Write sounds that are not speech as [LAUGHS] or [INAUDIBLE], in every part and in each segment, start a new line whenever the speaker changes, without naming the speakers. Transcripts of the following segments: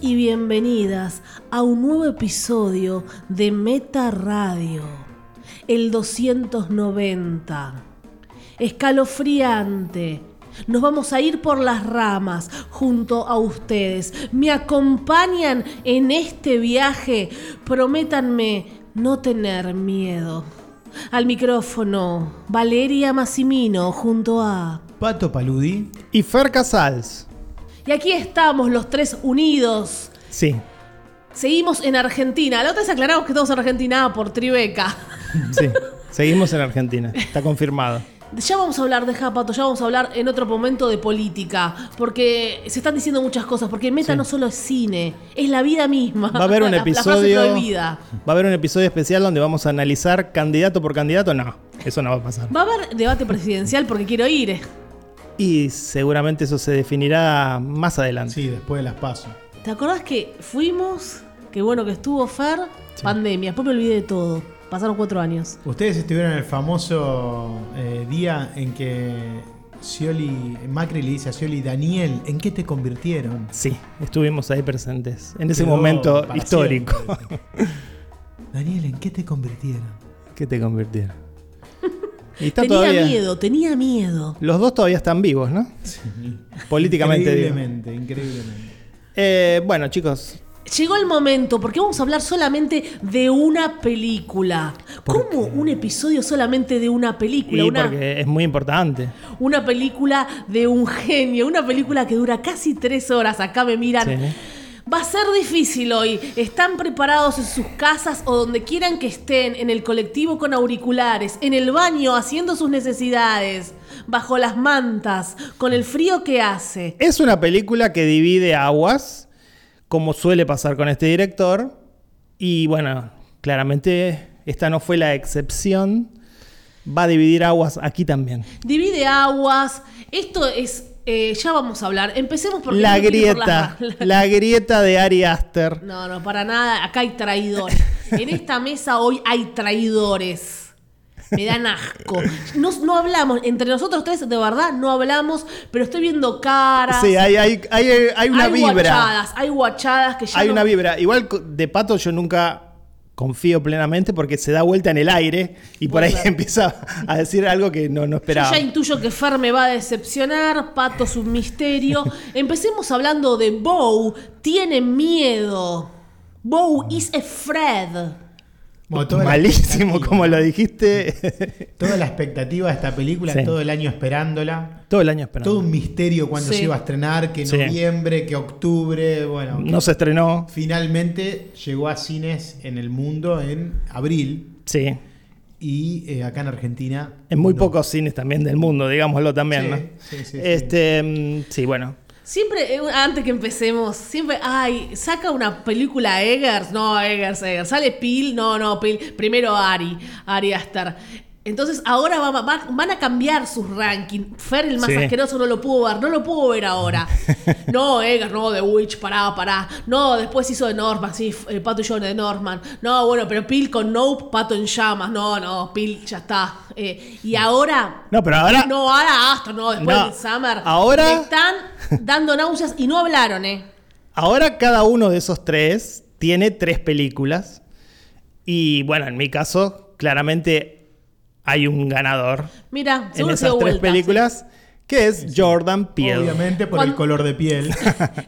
y bienvenidas a un nuevo episodio de Meta Radio, el 290. Escalofriante. Nos vamos a ir por las ramas junto a ustedes. Me acompañan en este viaje. Prométanme no tener miedo. Al micrófono, Valeria Massimino junto a...
Pato Paludi.
Y Fer Casals.
Y aquí estamos los tres unidos.
Sí.
Seguimos en Argentina. La otra vez aclaramos que estamos en Argentina ah, por Tribeca.
Sí. Seguimos en Argentina. Está confirmado.
Ya vamos a hablar de Japato, ya vamos a hablar en otro momento de política, porque se están diciendo muchas cosas, porque Meta
Sí.
no solo es cine, es la vida misma.
Va a haber un
[LAUGHS] La- la frase
episodio.
prohibida.
Va a haber un episodio especial donde vamos a analizar candidato por candidato. No, eso no va a pasar.
Va a haber debate presidencial porque quiero ir.
Y seguramente eso se definirá más adelante.
Sí, después de las paso.
¿Te acordás que fuimos? Qué bueno que estuvo Fer. Pandemia, después me olvidé de todo. Pasaron cuatro años.
Ustedes estuvieron en el famoso eh, día en que Scioli, Macri le dice a Scioli, Daniel, ¿en qué te convirtieron?
Sí, estuvimos ahí presentes. En ese
Quedó
momento
para
histórico.
siempre. [LAUGHS] Daniel, ¿en qué te convirtieron?
que te convirtieron. Y está
tenía
todavía.
miedo, tenía miedo.
Los dos todavía están vivos, ¿no? Políticamente. digo.
Increíblemente, increíblemente.
Eh, bueno, chicos,
Llegó el momento, porque vamos a hablar solamente de una película. ¿Cómo un episodio solamente de una película?
y
una,
porque es muy importante.
una película de un genio, una película que dura casi tres horas. Acá me miran.
Sí.
Va a ser difícil hoy. Están preparados en sus casas o donde quieran que estén, en el colectivo con auriculares, en el baño haciendo sus necesidades, bajo las mantas, con el frío que hace.
Es una película que divide aguas, como suele pasar con este director. Y bueno, claramente esta no fue la excepción. Va a dividir aguas aquí también.
Divide aguas. Esto es. eh, ya vamos a hablar. Empecemos por
la
no quiero ir por
grieta,
las-
[LAUGHS] la grieta de Ari Aster.
[LAUGHS] No, no, para nada. Acá hay traidores. En esta mesa hoy hay traidores. Me dan asco. No, no hablamos, entre nosotros tres, de verdad, no hablamos, pero estoy viendo caras.
Sí, hay, hay- hay- hay una
hay
vibra.
guachadas, hay guachadas que ya
Hay
no-
una vibra. Igual co- de Pato yo nunca confío plenamente porque se da vuelta en el aire y por ahí [LAUGHS] empieza a decir algo que no, no
Yo
esperaba.
ya intuyo que Fer me va a decepcionar, Pato es un misterio. Empecemos hablando de Bow, tiene miedo. Bow is afraid.
Bueno, toda la
Malísimo
expectativa.
como lo dijiste.
Toda la expectativa de esta película,
Sí.
todo el año esperándola.
Todo el año esperando.
Todo un misterio cuando
Sí.
se iba a estrenar, que
Sí.
noviembre, que octubre, bueno.
No se estrenó.
Finalmente llegó a cines en el mundo en abril
Sí.
y eh, acá en Argentina.
En muy
no.
pocos cines también del mundo, digámoslo también,
Sí,
¿no?
sí, sí, sí.
este, mm, sí, bueno.
Siempre, eh, antes que empecemos, siempre, ay, saca una película Eggers, no, Eggers, Eggers, sale Pil, no, no, Pil, primero Ari, Ari Aster. Entonces ahora va- va- van a cambiar sus rankings. Fer, el más
Sí.
asqueroso, no lo puedo ver, no lo puedo ver ahora. No, Eggers, no, The Witch, pará, pará. No, después hizo de Norman, sí, f- eh, Pato y yo de Norman. No, bueno, pero Pil con Nope, Pato en llamas, no, no, Pil ya está. Eh, y ahora
No, pero ahora.
no, ahora Astro, no, después
No,
del Summer.
ahora-
Me están dando náuseas y no hablaron, ¿eh?
Ahora cada uno de esos tres tiene tres películas. Y bueno, en mi caso, claramente hay un ganador
Mira,
en
seguro se
esas
dio vuelta.
tres películas, que es Jordan Peele.
Obviamente por
Cuando-
el color de piel.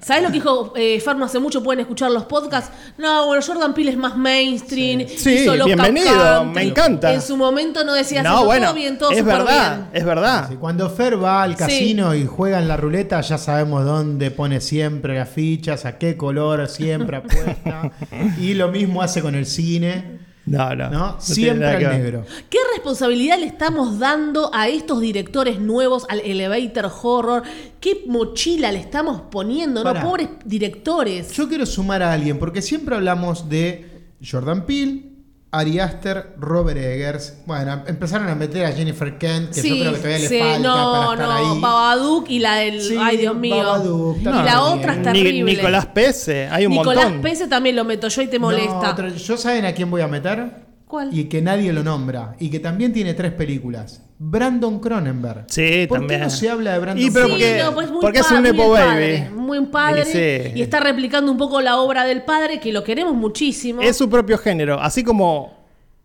¿Sabes lo que dijo eh, Fer no hace mucho? Pueden escuchar los podcasts. No, bueno, Jordan Peele es más mainstream.
Sí.
hizo
Sí,
Lovecraft
bienvenido,
Country.
me encanta.
En su momento no decías
No, bueno,
todo bien, todo
es
súper
verdad,
bien.
es verdad.
Sí, Cuando Fer va al casino y juega en la ruleta, ya sabemos dónde pone siempre las fichas, a qué color siempre apuesta. y lo mismo hace con el cine,
No, no.
¿no?
no tiene
siempre
nada
al
que ver.
negro.
¿Qué responsabilidad le estamos dando a estos directores nuevos, al Elevator Horror? ¿Qué mochila le estamos poniendo, no?
Pará.
Pobres directores.
Yo quiero sumar a alguien, porque siempre hablamos de Jordan Peele, Ari Aster, Robert Eggers. Bueno, empezaron a meter a Jennifer Kent, que yo creo que todavía le
sí,
falta
no,
para estar
no,
ahí.
Babadook y la del.
Sí,
ay, Dios mío.
Babadook,
y
también.
la otra es
Ni-
terrible.
Ni- Nicolás Pese, hay un
Nicolás
montón.
Pese también lo meto yo y te
No,
molesta.
otro- ¿Yo saben a quién voy a meter?
¿Cuál?
Y que nadie lo nombra. Y que también tiene tres películas. Brandon Cronenberg.
Sí,
¿Por
también.
qué no se habla de Brandon
Y pero
Cronenberg?
porque-
no, pues muy
porque es
pa-
un
muy
nepo
padre,
baby.
Muy padre.
Y sí.
Y está replicando un poco la obra del padre, que lo queremos muchísimo.
Es su propio género. Así como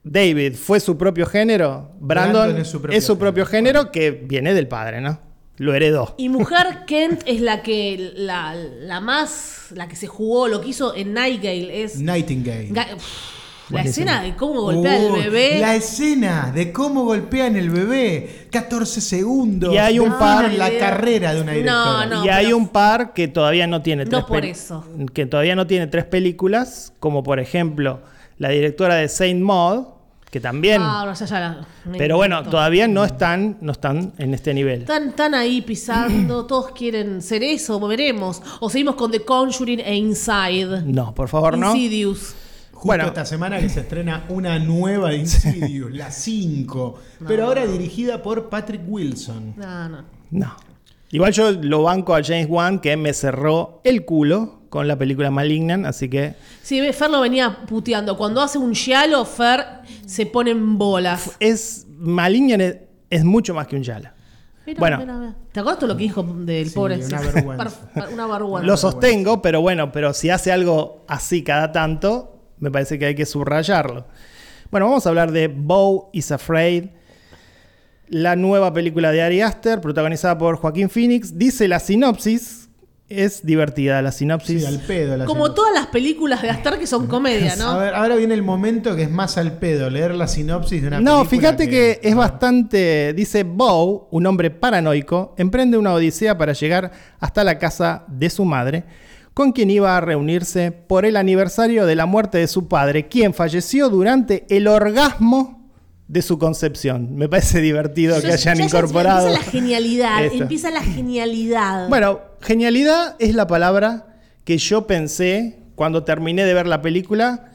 David fue su propio género, Brandon, es su propio, género. que viene del padre, ¿no? Lo heredó.
Y Mujer Kent es la que la, la más, la que se jugó, lo que hizo en Nightgale es
Nightingale.
Ga- Uf, la
Buenísimo.
escena de cómo golpea al
Uy,
bebé.
La escena de cómo golpean el bebé. 14 segundos.
Y hay un
Definen
par-
La carrera de una
No,
directora.
no.
y hay
pero-
un par que todavía no tiene
No
tres
por
peli-
eso.
Que todavía no tiene tres películas, como por ejemplo la directora de Saint Maud, que también.
Ah, no, ya, ya la- me
pero bueno,
encantó.
todavía no están, no están en este nivel.
Están, están ahí
[CLEARS THROAT]
pisando, todos quieren ser eso, veremos. O seguimos con The Conjuring e Inside.
No, por favor, no.
Insidious.
Justo
Bueno.
esta semana que se estrena una nueva de Insidious, la 5. Pero ahora dirigida por Patrick Wilson.
No, no.
No. Igual yo lo banco a James Wan, que me cerró el culo con la película Malignant, así que
Sí, ve, Fer lo venía puteando. Cuando hace un giallo, Fer se pone en bolas.
es Malignan es, es mucho más que un Yala.
Mira,
Bueno.
mira, mira. ¿Te acuerdas todo lo que dijo del
Sí,
pobre?
una
[LAUGHS]
vergüenza.
Par- par- una vergüenza.
Lo sostengo, pero bueno, pero si hace algo así cada tanto, me parece que hay que subrayarlo. Bueno, vamos a hablar de Bo is Afraid, la nueva película de Ari Aster, protagonizada por Joaquín Phoenix. Dice la sinopsis, es divertida la
Sí,
sinopsis.
al pedo. La
Como
sinopsis.
todas las películas de Astar que son
[LAUGHS]
comedia,
A
¿no?
ver, ahora viene el momento que es más al pedo, leer la sinopsis de una
No,
película
fíjate que, es bastante. Dice Bow, un hombre paranoico, emprende una odisea para llegar hasta la casa de su madre, con quien iba a reunirse por el aniversario de la muerte de su padre, quien falleció durante el orgasmo de su concepción. Me parece [LAUGHS] divertido que
Ya-
hayan
ya- ya
incorporado.
Empieza la genialidad,
[LAUGHS] esto.
empieza la genialidad.
Bueno, genialidad es la palabra que yo pensé cuando terminé de ver la película.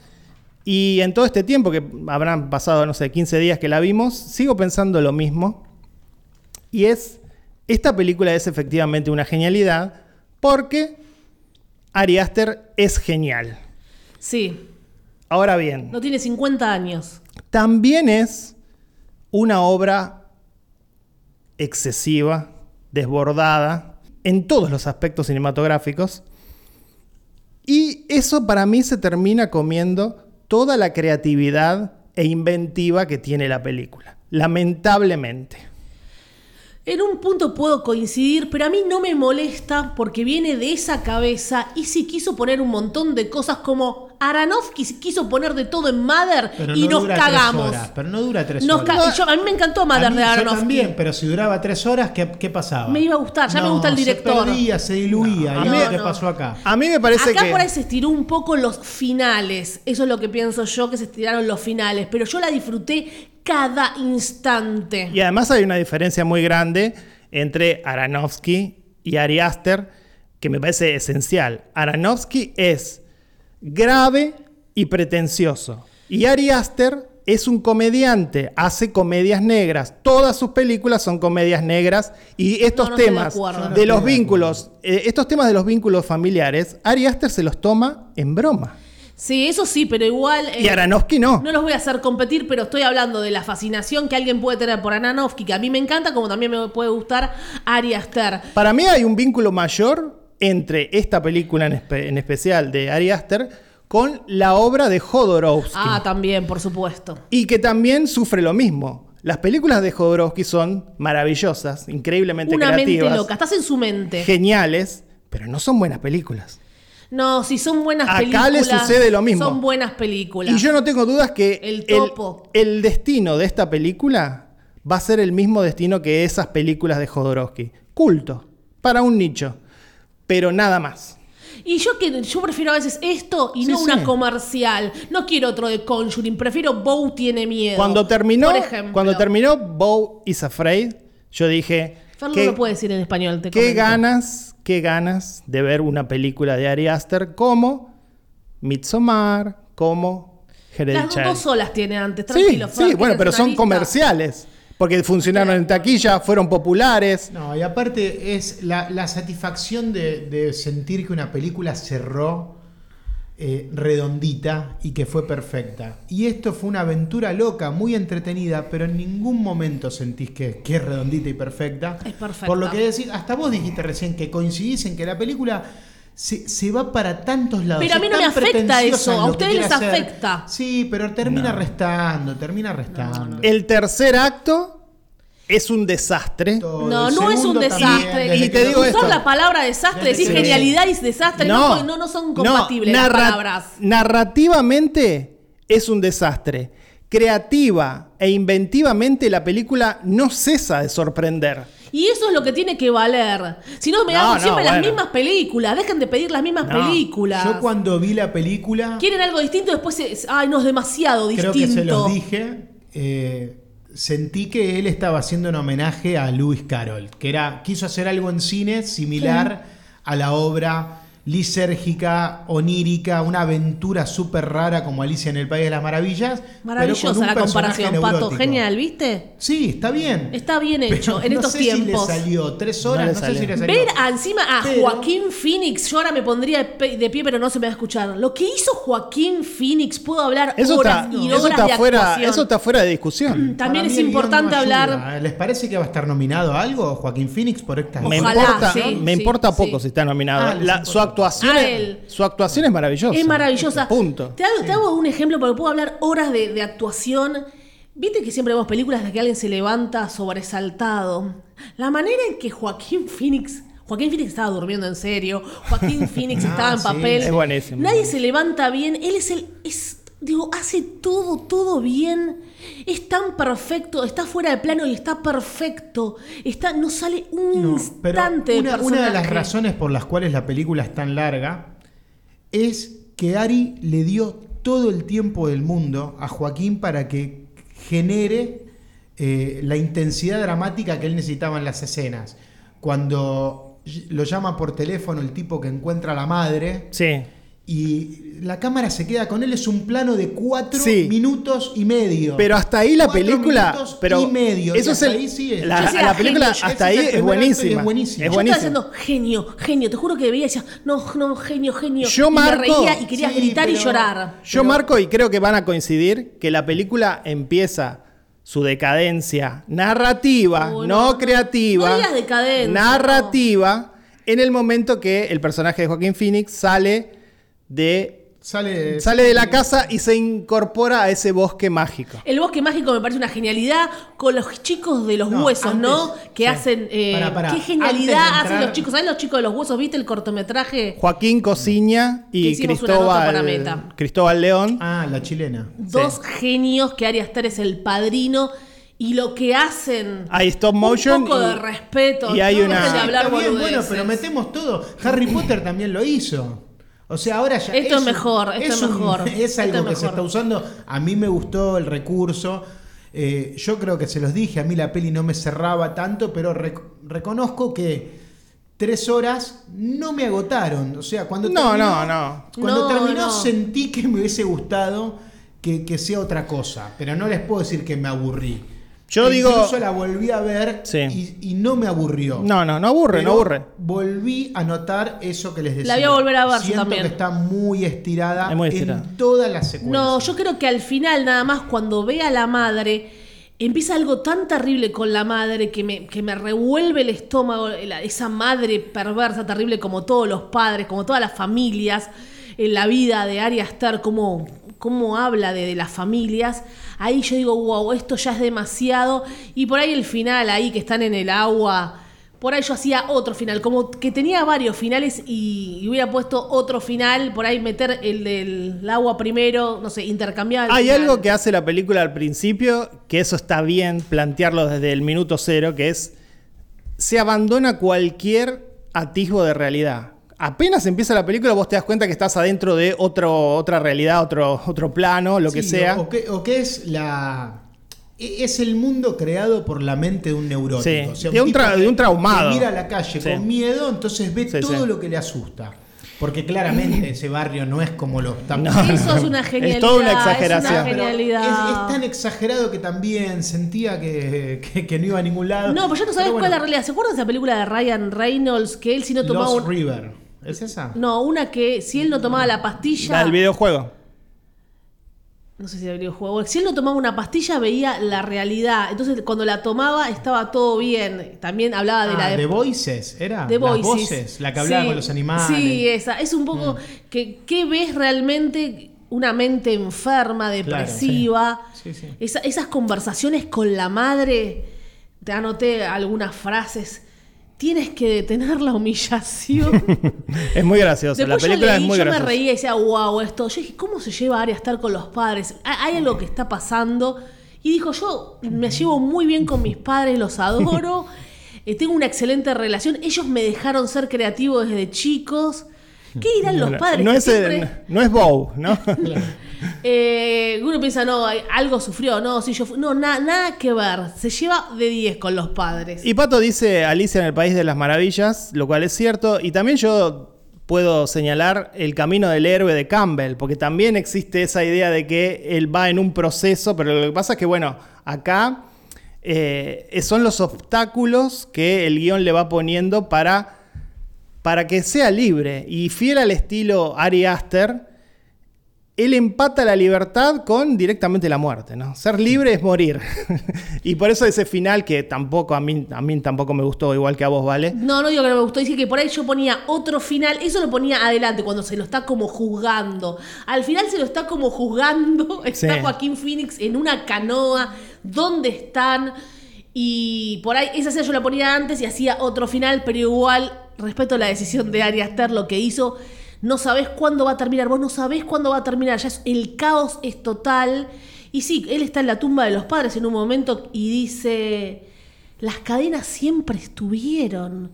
Y en todo este tiempo, que habrán pasado, no sé, 15 días que la vimos, sigo pensando lo mismo. Y es, esta película es efectivamente una genialidad porque Ari Aster es genial.
sí,
Ahora bien,
no tiene 50 años.
también es una obra excesiva, desbordada, en todos los aspectos cinematográficos. Y eso para mí se termina comiendo toda la creatividad e inventiva que tiene la película, lamentablemente.
En un punto puedo coincidir, pero a mí no me molesta porque viene de esa cabeza y si quiso poner un montón de cosas como Aronofsky si quiso poner de todo en Mother
Pero
y
no
nos
dura tres
cagamos.
horas, pero no dura tres
Nos
horas.
ca- yo- a mí me encantó
A
Mother
mí,
de
yo
Aronofsky.
también, pero si duraba tres horas, ¿qué, qué pasaba?
Me iba a gustar, ya me gusta el director.
Se perdía, se diluía, y
No, a
es
mí-
lo que
no.
pasó acá.
A mí me parece
Acá
que...
por ahí se estiró un poco los finales. Eso es lo que pienso yo, que se estiraron los finales. Pero yo la disfruté cada instante.
Y además hay una diferencia muy grande entre Aronofsky y Ari Aster, que me parece esencial. Aronofsky es grave y pretencioso. Y Ari Aster es un comediante, hace comedias negras. Todas sus películas son comedias negras. Y
No,
estos
no estoy de
temas
acuerdo.
de,
Yo no
estoy
los
de
vínculos, eh, estos temas de los vínculos familiares, Ari Aster se los toma en broma.
Sí, eso sí, pero igual. eh,
y Aronofsky no.
No los voy a hacer competir, pero estoy hablando de la fascinación que alguien puede tener por Ananovsky, que a mí me encanta, como también me puede gustar Ari Aster.
Para mí hay un vínculo mayor entre esta película en, espe- en especial de Ari Aster con la obra de Jodorowsky.
Ah, también, por supuesto.
y que también sufre lo mismo. Las películas de Jodorowsky son maravillosas, increíblemente
Una
creativas,
mente loca, estás en su mente.
geniales, pero no son buenas películas.
no, si son buenas
Acá
películas.
le sucede lo mismo.
Son buenas películas.
Y yo no tengo dudas que
El topo.
El, el destino de esta película va a ser el mismo destino que esas películas de Jodorowsky. Culto, para un nicho, pero nada más.
Y yo que yo prefiero a veces esto y
Sí,
no
sí.
una comercial. No quiero otro de Conjuring, prefiero Bow tiene miedo.
Cuando terminó,
por ejemplo.
cuando terminó Bow is Afraid, yo dije,
Fer no
qué,
lo puede decir en español, te
qué
comento.
ganas, qué ganas de ver una película de Ari Aster como Midsommar, como
Las
Hereditary.
dos solas tiene antes,
sí,
tranquilo. Fer,
sí,
que
bueno,
tenés
pero
una
son
lista.
comerciales, porque funcionaron en taquilla, fueron populares.
No, y aparte es la, la satisfacción de, de sentir que una película cerró eh, redondita y que fue perfecta. Y esto fue una aventura loca, muy entretenida, pero en ningún momento sentís que, que es redondita y perfecta.
Es perfecta.
Por lo que decir, hasta vos dijiste recién que coincidís en que la película se, se va para tantos lados.
Pero a mí
Es
no
tan
me afecta
pretenciosa
eso,
en
a
lo que
ustedes les
quiere hacer.
afecta.
Sí, pero termina
No.
restando, termina restando.
El tercer acto es un desastre.
Todo.
No,
El
no es un
segundo también,
desastre.
desde
Y te
lo-
digo esto.
Usar la palabra desastre,
Desde
decir
que-
genialidad y desastre, no, no, no son compatibles las
narra-
palabras.
Narrativamente es un desastre. Creativa e inventivamente la película no cesa de sorprender.
Y eso es lo que tiene que valer. Si no, me
No,
hago
no,
siempre las
bueno.
mismas películas. Dejen de pedir las mismas
No,
películas.
Yo cuando vi la película,
Quieren algo distinto, después es, ay, no es demasiado
creo
distinto.
que se los dije, eh, sentí que él estaba haciendo un homenaje a Lewis Carroll, que era, quiso hacer algo en cine similar a la obra lisérgica, onírica, una aventura súper rara como Alicia en el País de las Maravillas. pero con un
Maravillosa la
personaje
comparación, Pato.
neurótico.
Genial, ¿viste?
Sí, está bien.
Está bien
Pero
hecho en
no
estos
sé
tiempos.
Si le salió tres horas,
No
no,
le
sé si le salió.
Ver a- encima a
Pero-
Joaquín Phoenix, yo ahora me pondría de pe- de pie, pero no se me va a escuchar. Lo que hizo Joaquín Phoenix, puedo hablar
Eso,
horas
está,
y
eso
horas
está
de
fuera,
actuación.
eso está fuera de discusión.
También
Para
es
mí el guión
importante
no ayuda.
hablar
¿Les parece que va a estar nominado a algo Joaquín Phoenix por esta
me
Mm, Ojalá,
importa,
sí,
me
sí,
importa
sí.
poco si está nominado.
Ah, les
La-
importa.
su, actuación
A
es,
Ah, él.
su actuación es maravillosa.
Es maravillosa.
Punto.
Te hago, te hago un ejemplo porque puedo hablar horas de, de actuación. Viste que siempre vemos películas de que alguien se levanta sobresaltado. La manera en que Joaquín Phoenix. Joaquín Phoenix estaba durmiendo en serio.
[LAUGHS]
Joaquín Phoenix estaba en
sí,
papel.
es buenísimo.
Nadie se levanta bien. Él es el. Es, digo, hace todo, todo bien. Es tan perfecto. Está fuera de plano y está perfecto. Está, no sale un
No, pero
instante de
una, una de las
personaje.
razones por las cuales la película es tan larga es que Ari le dio todo el tiempo del mundo a Joaquín para que genere eh, la intensidad dramática que él necesitaba en las escenas. Cuando ll- lo llama por teléfono el tipo que encuentra a la madre
Sí.
y la cámara se queda con él, es un plano de cuatro
Sí.
minutos y medio.
Pero hasta ahí la
Cuatro
película.
minutos
Pero
y medio. Y
Eso es
hasta
el-
ahí sí es-
la,
Yo soy
la
la
película
genio.
hasta
Ese
ahí
es el
es
primer acto y
buenísima.
es buenísimo.
Es
Yo estaba
buenísima.
diciendo genio, genio, te juro que veía y decía, no, no, genio, genio.
Yo
y
marco-
me reía y quería
Sí,
gritar y
pero-
llorar.
Yo marco y creo que van a coincidir que la película empieza su decadencia narrativa,
Uy, Oh, no,
no,
no.
creativa,
No digas decadencia,
narrativa, en el momento que el personaje de Joaquín Phoenix sale de,
Sale,
sale de la casa y se incorpora a ese bosque mágico.
El bosque mágico me parece una genialidad con los chicos de los
No,
huesos,
antes,
¿no? Que
sí.
hacen. eh,
Pará, pará.
Qué
Antes de
genialidad hacen
entrar-
los chicos. ¿Sabes los chicos de los huesos? ¿Viste el cortometraje?
Joaquín Cosiña
Que
y
hicimos una nota para
Cristóbal,
Meta.
Cristóbal León.
Ah, la chilena.
Dos genios que Arias Ter es el padrino y lo que hacen.
Hay stop motion
Un poco
y-
de respeto.
y hay
no
una-
dejen de
Sí,
hablar
Está bien, bueno,
boludeces.
pero metemos todo. Harry Potter también lo hizo. O sea, ahora ya.
Esto es
un-
mejor, esto es
un-
mejor,
[LAUGHS] Es
esto
algo
es
que se
mejor.
está usando. A mí me gustó el recurso. Eh, yo creo que se los dije. A mí la peli no me cerraba tanto, pero rec- reconozco que tres horas no me agotaron. O sea, cuando
No, no, no.
Cuando
No,
terminó,
no.
sentí que me hubiese gustado que, que sea otra cosa. Pero no les puedo decir que me aburrí.
Yo digo-
Incluso la volví a ver
Sí.
y, y no me aburrió.
No, no, no aburre,
Pero
no aburre.
Volví a notar eso que les decía.
La voy a volver a ver yo
Siento
también.
que está muy estirada,
Es muy estirada.
en todas las secuencias.
No, yo creo que al final nada más cuando ve a la madre, empieza algo tan terrible con la madre que me, que me revuelve el estómago, la- esa madre perversa, terrible como todos los padres, como todas las familias, en la vida de Ari Aster, como cómo habla de, de las familias, ahí yo digo, wow, esto ya es demasiado, y por ahí el final, ahí que están en el agua, por ahí yo hacía otro final, como que tenía varios finales y, y hubiera puesto otro final, por ahí meter el del el agua primero, no sé, intercambiar. el
Hay
final.
algo que hace la película al principio, que eso está bien plantearlo desde el minuto cero, que es se abandona cualquier atisbo de realidad. Apenas empieza la película, vos te das cuenta que estás adentro de otro, otra realidad, otro, otro plano, lo que
Sí,
sea.
O que, o que es la. e- Es el mundo creado por la mente de un neurótico.
Sí,
O sea,
de un
tipo
tra-
que-
de un traumado.
que mira a la calle
Sí.
con miedo, entonces ve
Sí,
todo
sí.
lo que le asusta. Porque
[CLEARS THROAT]
claramente ese barrio no es como los
Eso es una genialidad.
[LAUGHS] Es toda una
es
exageración.
una genialidad.
Es, es tan exagerado que también sentía que, que- que no iba a ningún lado.
No, pero yo no sabes
Pero
cuál es la
bueno,
realidad. ¿Se acuerdan de esa película de Ryan Reynolds que él si no tomaba
Lost
un...
River. ¿Es esa?
No, una que si él no tomaba la pastilla.
La del videojuego.
no sé si era videojuego. Si él no tomaba una pastilla, veía la realidad. Entonces, cuando la tomaba, estaba todo bien. También hablaba de la
Ah,
de-
The Voices, ¿era?
de
Las
voices.
voces, la que hablaba
Sí,
con los animales. Mm.
Sí, eh, esa. Es un poco que qué ves realmente una mente enferma,
Claro,
depresiva.
sí. Sí, sí.
Esa- esas conversaciones con la madre, te anoté algunas frases. Tienes que detener la
[LAUGHS]
humillación.
Es muy gracioso.
Después yo
la película
leí,
es muy
yo
graciosa.
me reía y decía, wow, esto. Yo dije, ¿cómo se lleva Ari a estar con los padres? Ha- Hay algo que está pasando. Y dijo, yo me llevo muy bien con mis padres, los
[LAUGHS]
adoro, eh, tengo una excelente relación. Ellos me dejaron ser creativo desde chicos. ¿Qué dirán los
No,
padres?
No
que
es, el-
siempre-
no es Bow,
[LAUGHS]
¿no?
Eh, uno piensa, no, hay- algo sufrió, no, si yo fu- No, na- nada que ver. Se lleva de 10 con los padres.
y Pato dice Alicia en el País de las Maravillas, lo cual es cierto. Y también yo puedo señalar el camino del héroe de Campbell, porque también existe esa idea de que él va en un proceso, pero lo que pasa es que, bueno, acá eh, son los obstáculos que el guión le va poniendo para, para que sea libre. Y fiel al estilo Ari Aster, él empata la libertad con directamente la muerte, ¿no? Ser libre es morir. [LAUGHS] y por eso ese final que tampoco a mí, a mí tampoco me gustó, igual que a vos, ¿vale?
No, no digo que no me gustó. Dice que por ahí yo ponía otro final. Eso lo ponía adelante cuando se lo está como juzgando. Al final se lo está como juzgando. Está
Sí.
Joaquín Phoenix en una canoa. ¿Dónde están? Y por ahí esa escena yo la ponía antes y hacía otro final, pero igual respeto la decisión de Ari Aster, lo que hizo. No sabés cuándo va a terminar, vos no sabés cuándo va a terminar, ya es- el caos es total. Y sí, él está en la tumba de los padres en un momento y dice, las cadenas siempre estuvieron.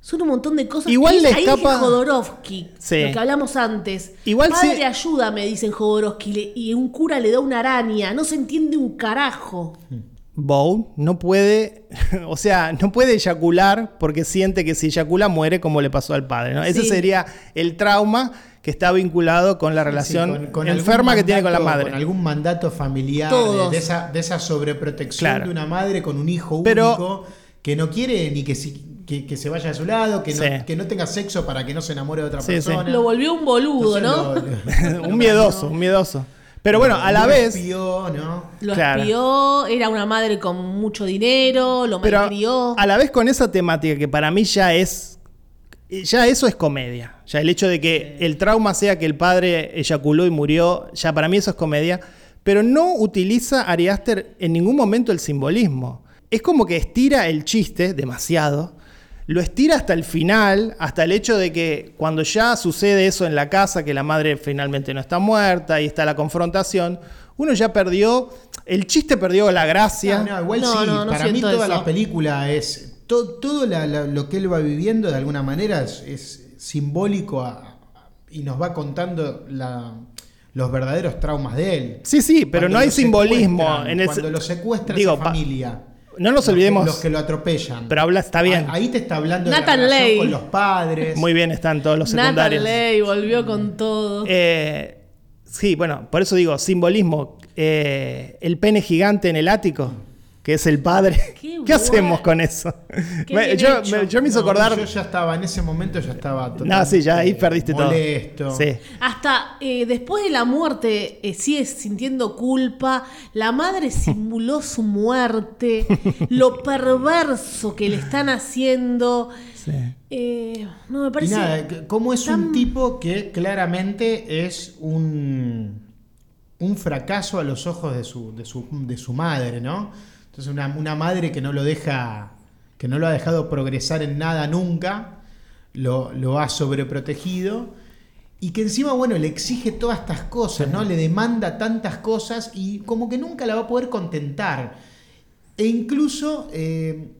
Son un montón de cosas.
Igual
Y
le
ahí dije
escapa-
Jodorowsky,
Sí.
lo que hablamos antes.
Igual
Padre,
sí-
ayuda, me dicen Jodorowsky, le- y un cura le da una araña, no se entiende un carajo.
Bow no puede, [LAUGHS] o sea, no puede eyacular porque siente que si eyacula muere como le pasó al padre, ¿no? Ese
Sí.
sería el trauma que está vinculado con la relación enferma
algún
que tiene con la
mandato-
madre.
Con algún mandato familiar, de,
Todos.
de esa, de esa sobreprotección
Claro.
de una madre con un hijo
Pero-
único que no quiere ni que, si- que, que se vaya a su lado, que no,
Sí.
que no tenga sexo para que no se enamore de otra
Sí, sí.
persona.
Lo volvió un boludo,
Entonces
¿no? Lo,
lo-
[LAUGHS] un miedoso, un miedoso. Pero bueno, a la
lo
vez...
espió, ¿no?
Claro.
espió, era una madre con mucho dinero, lo
Pero
malcrió.
a la vez con esa temática que para mí ya es. Ya eso es comedia. Ya el hecho de que el trauma sea que el padre eyaculó y murió, ya para mí eso es comedia. Pero no utiliza Ari Aster en ningún momento el simbolismo. Es como que estira el chiste demasiado. Lo estira hasta el final, hasta el hecho de que cuando ya sucede eso en la casa, que la madre finalmente no está muerta y está la confrontación, uno ya perdió, el chiste perdió la gracia.
No, no, igual
No,
sí.
no, no
Para mí
siento
toda
eso.
la película es... to- todo la- la- lo que él va viviendo de alguna manera es, es simbólico a- y nos va contando la- los verdaderos traumas de él.
Sí, sí, pero
Cuando
no hay
lo
simbolismo.
secuestran,
En el-
Cuando lo secuestra
Digo,
esa
pa-
familia.
No nos
Los que-
olvidemos.
Los que lo atropellan.
Pero habla, está bien.
Ah, Ahí te está hablando
Nathan
de la relación
Lane.
con los padres.
Muy bien están todos los secundarios.
Nathan Ley volvió
Mm.
con todo.
Eh, sí, bueno, por eso digo, simbolismo. Eh, el pene gigante en el ático, que es el padre.
Qué
[LAUGHS] ¿Qué,
bueno.
hacemos con eso?
Qué
Me-
bien
yo,
hecho.
me, yo me hizo
No,
acordar.
Yo ya estaba, en ese momento ya estaba
no, sí, ya
totalmente
ahí perdiste
molesto.
todo. Sí.
Hasta eh, después de la muerte eh, sigue sintiendo culpa, la madre
[LAUGHS]
simuló su muerte, lo perverso que le están haciendo.
sí.
Eh, no me
Y
parece...
nada, c- cómo es un tipo que claramente es un, un fracaso a los ojos de su, de su, de su madre, ¿no? Entonces una, una madre que no lo deja, que no lo ha dejado progresar en nada nunca, lo, lo ha sobreprotegido y que encima, bueno, le exige todas estas cosas, ¿no? Le demanda tantas cosas y como que nunca la va a poder contentar. E incluso... eh,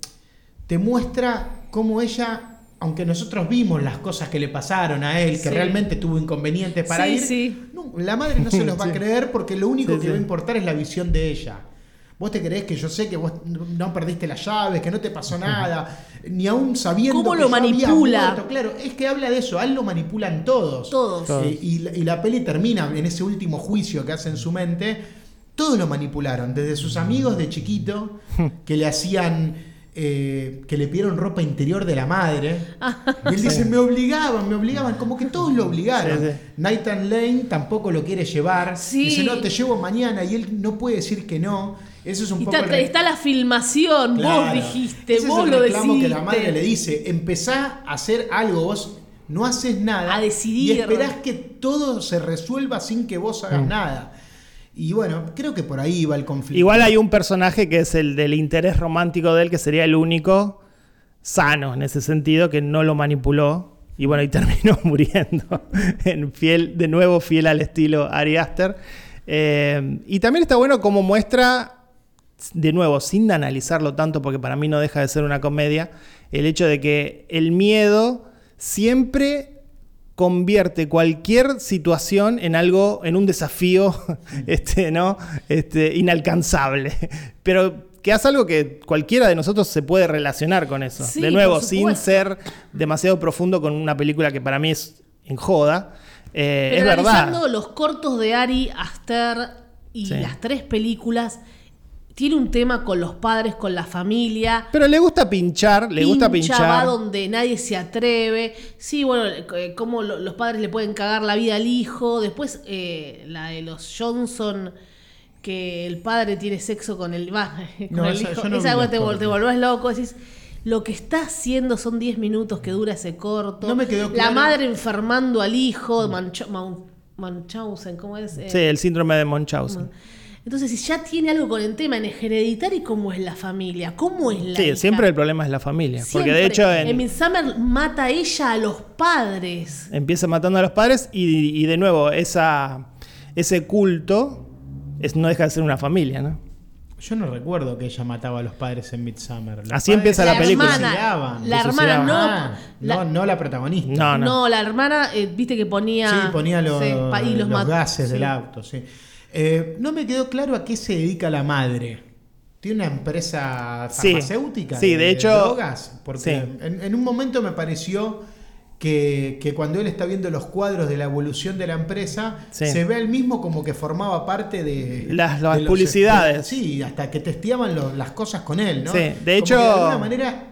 te muestra cómo ella, aunque nosotros vimos las cosas que le pasaron a él,
Sí.
que realmente tuvo inconvenientes para
Sí,
ir,
sí.
no, la madre no se los
[LAUGHS]
va a creer porque lo único
Sí,
que
sí.
va a importar es la visión de ella. Vos te creés que yo sé que vos no perdiste las llaves, que no te pasó nada, ni aún sabiendo
¿Cómo
que
lo
yo había
manipula?
muerto. Claro, es que habla de eso, a él lo manipulan todos.
Todos.
Todos.
Eh, y, la- y la peli termina en ese último juicio que hace en su
[LAUGHS]
mente. Todos lo manipularon, desde sus amigos de chiquito, que le hacían eh, que le pidieron ropa interior de la madre. Y él dice, me obligaban, me obligaban, como que todos lo obligaron.
Sí, sí.
Nathan Lane tampoco lo quiere llevar.
Sí.
Dice, no, te llevo mañana y él no puede decir que no. Eso es un
Y
poco...
está,
el re-
está la filmación, vos
Claro.
dijiste,
Ese es
vos
el
lo
reclamo
decís.
que la madre le dice, empezá a hacer algo, vos no haces nada.
A decidir.
Y esperás que todo se resuelva sin que vos
Mm.
hagas nada. Y bueno, creo que por ahí va el conflicto.
Igual hay un personaje que es el del interés romántico de él, que sería el único sano en ese sentido, que no lo manipuló. Y bueno, y [LAUGHS] terminó muriendo. en fiel, de nuevo, fiel al estilo Ari Aster. Eh, y también está bueno como muestra, de nuevo, sin analizarlo tanto, porque para mí no deja de ser una comedia, el hecho de que el miedo siempre convierte cualquier situación en algo, en un desafío, [LAUGHS] este, ¿no? Este, inalcanzable. [LAUGHS] Pero que hace algo que cualquiera de nosotros se puede relacionar con eso.
Sí,
de nuevo,
por
sin
supuesto.
ser demasiado profundo con una película que para mí es en joda. Eh,
Pero
es
analizando
verdad.
los cortos de Ari Aster y
Sí.
las tres películas, tiene un tema con los padres, con la familia.
Pero le gusta pinchar, le gusta
pincha,
pinchar.
va donde nadie se atreve. Sí, bueno, eh, cómo lo- los padres le pueden cagar la vida al hijo. Después eh, la de los Johnson, que el padre tiene sexo con el, va, [LAUGHS] con
No,
el
esa-
hijo.
yo no
Esa
vi
vos
los
te, vol-
cortos.
te volvés loco. Decís, lo que está haciendo son 10 minutos que dura ese corto.
No me quedó
La
claro.
madre enfermando al hijo, Mancha- Mau- Munchausen, ¿cómo es? Eh,
Sí, el síndrome de Munchausen.
Entonces, si ya tiene algo con el tema en hereditario y cómo es la familia, cómo es la
Sí,
hija?
siempre el problema es la familia. Porque de
Siempre.
hecho en-
Emil Summer mata a ella a los padres.
empieza matando a los padres y, y de nuevo esa, ese culto es, no deja de ser una familia, ¿no?
Yo no recuerdo que ella mataba a los padres en Midsummer. Los
Así
padres
empieza la
se
película.
suicidaban.
La
Se
hermana,
suicidaban.
no.
Ah,
La-
no, no la protagonista.
No,
No,
no.
la hermana, eh, viste que ponía.
Sí, ponía los,
sí, pa- y
los
mat-
gases
sí.
del auto, sí. Eh, no me quedó claro a qué se dedica la madre. ¿Tiene una empresa
Sí.
farmacéutica?
Sí, de hecho-
drogas? Porque
sí.
en, en un momento me pareció que, que cuando él está viendo los cuadros de la evolución de la empresa,
Sí.
se ve a él mismo como que formaba parte de
Las- las
de los-
publicidades.
sí, hasta que testeaban lo- las cosas con él, ¿no?
Sí, de
Como que
hecho-
de alguna manera